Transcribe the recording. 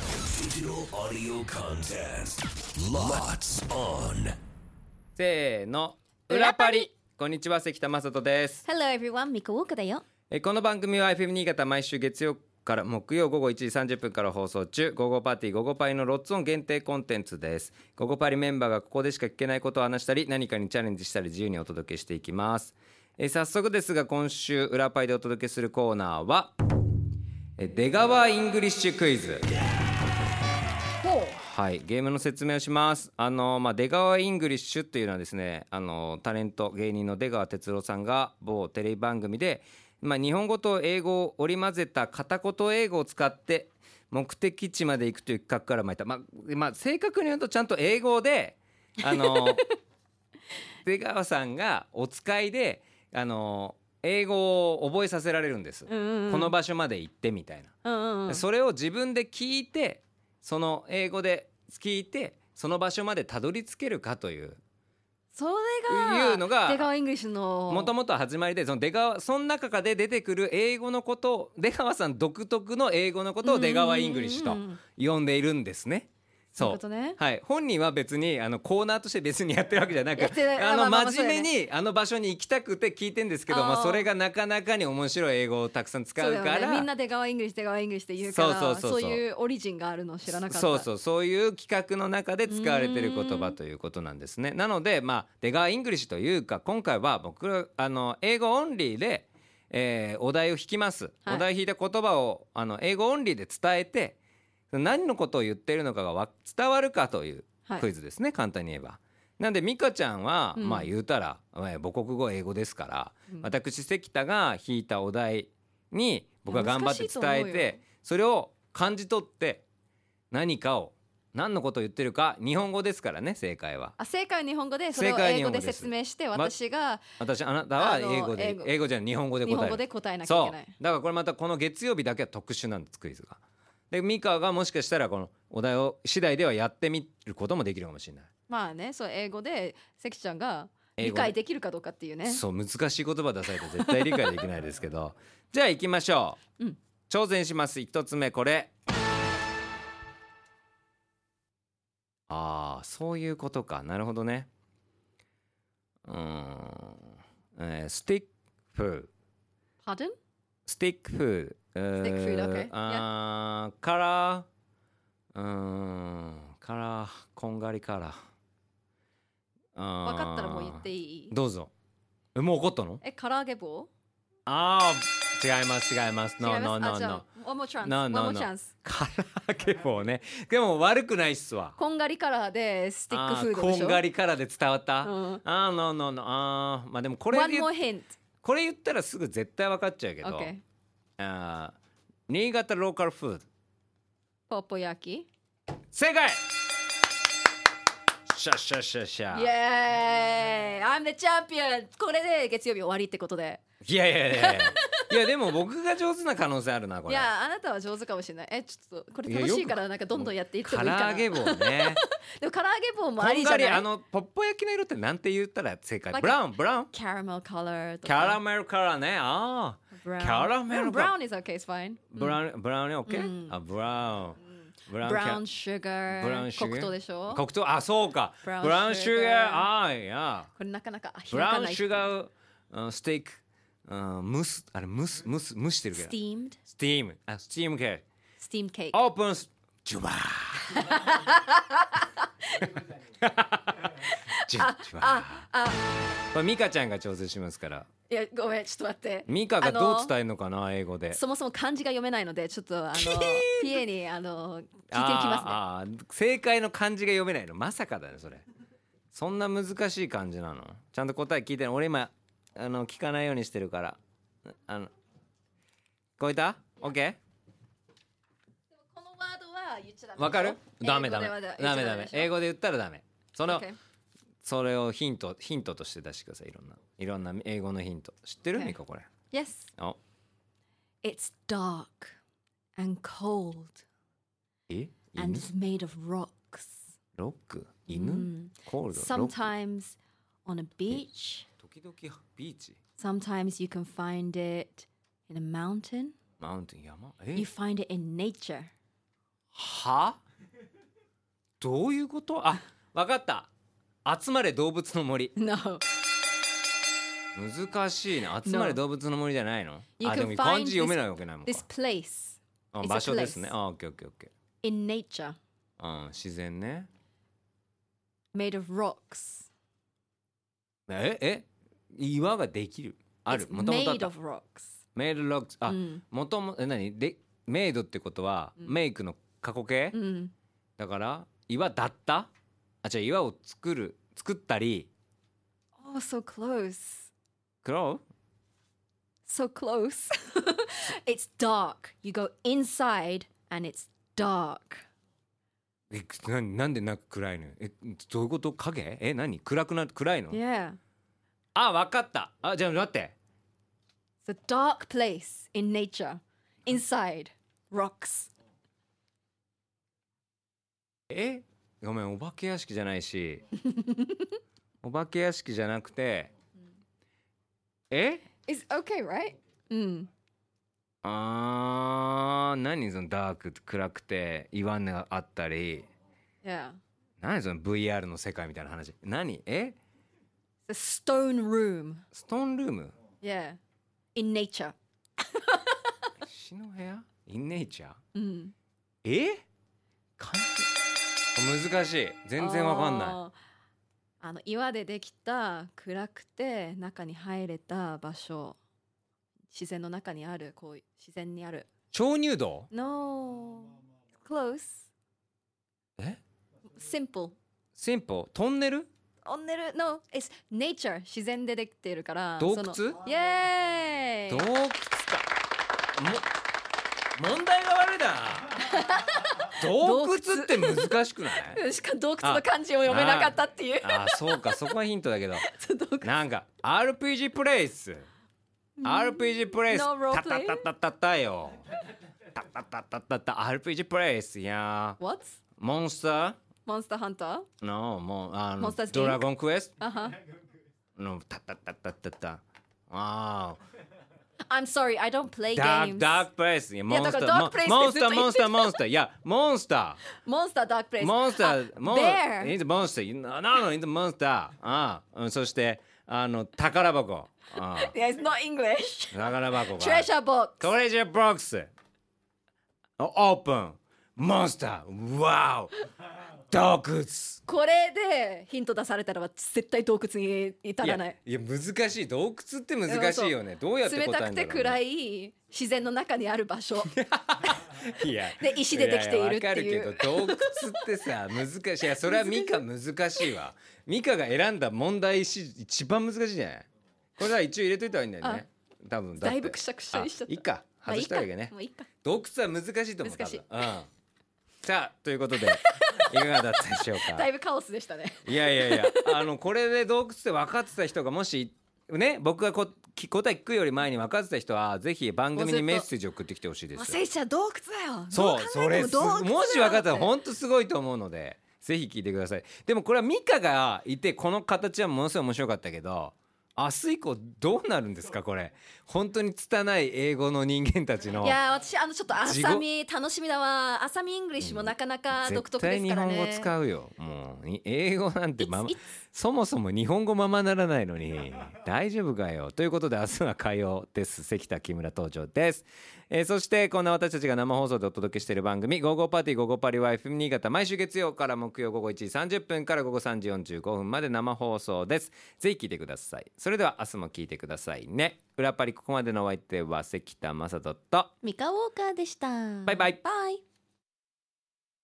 Digital audio contest. Lots on. せーの裏パリこんにちは関田正人です Hello everyone, ミコウォークだよ。えーこの番組は FM 新潟毎週月曜から木曜午後1時30分から放送中午後パーティー午後パイのロッツオン限定コンテンツです午後パリメンバーがここでしか聞けないことを話したり何かにチャレンジしたり自由にお届けしていきますえー早速ですが今週裏パイでお届けするコーナーはえー出川イングリッシュクイズはい、ゲームの説明をします。あのまあ出川イングリッシュというのはですね、あのタレント芸人の出川哲朗さんが某テレビ番組で、まあ日本語と英語を織り交ぜた片言英語を使って目的地まで行くという企画からまいた。まあまあ正確に言うとちゃんと英語であ の出川さんがお使いであの英語を覚えさせられるんです。うんうんうんこの場所まで行ってみたいな。うんうんうん。それを自分で聞いてその英語で聞いてその場所までたどり着けるかというそれがいうのが出川イングリッシュのもともと始まりでその出川その中からで出てくる英語のことを出川さん独特の英語のことを出川イングリッシうんうんうんうュんと呼んでいるんですね。そういそううことね。はい、本人は別にあのコーナーとして別にやってるわけじゃなくやってないあまあのまあまあ真面目にあの場所に行きたくて聞いてんですけどあーまあ、それがなかなかに面白い英語をたくさん使そううだよかね。みらんな出川イングリッシュ出川イングリッシュって言うから、そそううそうそうそういうオリジンがあるの知らなかった。そうそうそういう企画の中で使われてる言葉ということなんですねなのでまあ出川イングリッシュというか今回は僕らあの英語オンリーで、えーお題を引きます、はいお題引いた言葉をあの英語オンリーで伝えて何のことを言ってるのかがわ伝わるかというはいクイズですね、簡単に言えば。なんで美香ちゃんは、うんまあ言うたら、えー母国語英語ですから、うん私関田が引いたお題に僕が頑張って難し伝いとえ思うよてそれを感じ取って何かを何のことを言ってるか日本語ですからね正解はあ正解は日本語でそれ正を解は英日本語語でです説明してま私が私あなたはあの英語で英語英語じゃない日本語で日答本え語るで答えなきゃいそけうない。だからこれまたこの月曜日だけは特殊なんですクイズがで美香がもしかしたらこのお題を次第ではやってみることもできるかもしれないまあね、そう英語で関ちゃんが英理語で解できるかどうかっていうね。そう難しい言葉出されて絶対理解できないですけど じゃあ行きましょう、うん挑戦します一つ目これああそういうことかなるほどねうーん、えー、スティックフー Pardon? スティックフー Stick food, okay. あーからうーんからこんがりから分分かったらもう言っていい。どうぞえもう怒ったのえ、唐揚げ棒？ああ違います違います。違 No いま no すあ no じゃ no。あ One more chance. No, One no, more no. chance. 唐揚げ棒ね。でも悪くないっすわ。こんがりカラーでスティックフードあでーしこんょ。がりからで伝わった。あうん。あ no no no あーまあでもこれ One 言 more う hint. これ言ったらすぐ絶対分かっちゃうけど。 Okay. あー新潟ローカルフードポッポ焼き。正解。シャシャシャシャ。イエーイ I'm the champion! これで月曜日終わりってことで。いやいやいやいや。いやでも僕が上手な可能性あるなこいれ。や、あなたは上手かもしれない。え、ちょっとこれいや楽しよいくから、なんかどんどんやっていって唐もいいかな。揚でげも棒ね。唐揚げ棒 もこあんりじゃがりなあいのポッポ焼きの色ってなんて言ったら正解なんかブラウンブラウンキャラメルカラーとキャラか。メルカラーねああブラウンキャラメル No, カラー brown is okay, it's fine. ブラウンブラウンオッケーうんあブラウンブラウンキャ brown sugar. ブラウンシュガー黒糖でしょ黒糖あそうかブ Brown ラウンシュ sugar ガーああいやこれなかなか開ブラかウンない。シュガーステーキ蒸すあれ蒸す蒸す蒸してるけど steamed, スティームあスティーム系 steamed cake. オープンスジュバージュジュバーこれミカちゃんが挑戦しますからいや、ごめん、ちょっと待って。ミカがどう伝ええるのかな英語でそもそも漢字が読めないので、ちょっとあの、PA にあの、聞いていきますね。あーあー正解の漢字が読めないのまさかだねそれそんな難しい漢字なのちゃんと答え聞いてる俺今あの聞かないようにしてるからあの聞こえた ?OK? このワードは言っちゃダメでしょ。わかるダメ英ダ語メでは言っちゃダメダメ英語語で言ったらダメその、 OK それをヒントヒントとして出してくださいいろんないろんな英語のヒント知ってる Okay ミカこれ Yes, あ it's dark and cold え犬 and it's made of rocks. ロック犬、うんコールドロック Sometimes on a beach, 時々ビーチ sometimes you can find it in a mountain. マウンテン山え You find it in nature. はどういうことあわかった集まれ動物の森 No. 難しいな集まれ No. 動物の森じゃないの You あ can でも漢 find 字読めないわけないもんか This place あ is a 場所ですね place. あオッケーオッケーオッケ in nature ーうん自然ね made of rocks. ええ岩ができるある It's もともとあっ made た of rocks. メイドロックスあうんもともえ何でメイドってことは、うんメイクの過去形、うん。だから岩だったあじゃ岩を作る作ったり Oh, so close. クロ So close. it's dark. You go inside and it's dark. ウえななんでなんか暗いのえどういうこと影え何暗くな暗いの Yeah. あわかったあじゃあ待って It's a dark place in nature. Inside. Rocks. えごめんお化け屋敷じゃないしお化け屋敷じゃなくてえ It's okay, right? Mm. あー何そのダーク暗くて岩があったり Yeah. 何その VR の世界みたいな話何え It's a stone room. ストーンルーム Yeah. In nature. 死の部屋インネイチャー Mm. え簡単難しい全然わかんないあーあの岩でできた暗くて中に入れた場所自然の中にあるこういう自然にある鍾乳洞 No close え simple シンポトンネルトンネル No it's nature 自然でできているから洞その窟イエ洞ーイ窟かも問題が悪い な洞窟って難しくないしかも洞窟の漢字を読めなかったっていうあーそうかそこはヒントだけどそう洞窟なんか RPG プレイス RPG プレイス No role タタタタタタよタタタタタタ RPG プレイスいや What? モンスタモンスターハンターーのもうあの Monsters Inc. ドラゴンクエスあはトのタタタタタタあ I'm sorry I don't play ーダーク games ダークプレイスいやモンスタだからダークプレーイモンススってタずっーとモ言ンっスターモンてたスターいやモンス タモンスターダークプーレイスモンスターモン bear in the monster in- no no in the monster あーうんそしてあの宝箱あ Yeah, it's not English. ー 宝箱が Treasure box. トレジャーボックスオープンモンスターわお 洞窟 これでヒント出されたら絶対洞窟に至いらやない。いや難しい洞窟って難しいよねどうやって答え冷るんだろたう、くね、て暗いい自然の中にある 場所。いや で石でできているっていうややわかるけど洞窟ってさ 難しいいやそれはミカ難しいわミカが選んだ問題し一番難しいじゃないこれは一応入れといた方がいいんだよね多分ってだいぶくしゃくしゃにしちゃったあいいかまあ外したわけね、いいかもういいか。洞窟は難しいと思う難しい多分うん、さあということ でいかがだったでしょうかだいぶカオスでしたね。いやいやいやあのこれで洞窟って分かってた人がもしね僕がこき答え聞くより前に分かってた人はぜひ番組にメッセージを送ってきてほしいです忘れちゃう洞窟だよ。そどう考えてもそれす洞窟だよもし分かったらって本当すごいと思うのでぜひ聞いてくださいでもこれはミカがいてこの形はものすごい面白かったけど明日以降どうなるんですかこれ本当に拙い英語の人間たちのいや私あのちょっと浅見楽しみだわ浅見イングリッシュもなかなか独絶特対です日から本ね語使うよもうに英語なんてままいついそもそも日本語ままならないのに大丈夫かよということで明日は火曜です関田木村登場です、えーそしてこんな私たちが生放送でお届けしている番組「ゴーゴーパーティーゴーゴーパリ」は FM 新潟毎週月曜から木曜午後1時30分から午後3時45分まで生放送ですぜひ聞いてくださいそれでは明日も聞いてくださいね裏パリここまでのお相手は関田正人とミカウォーカーでしたバイバイバイ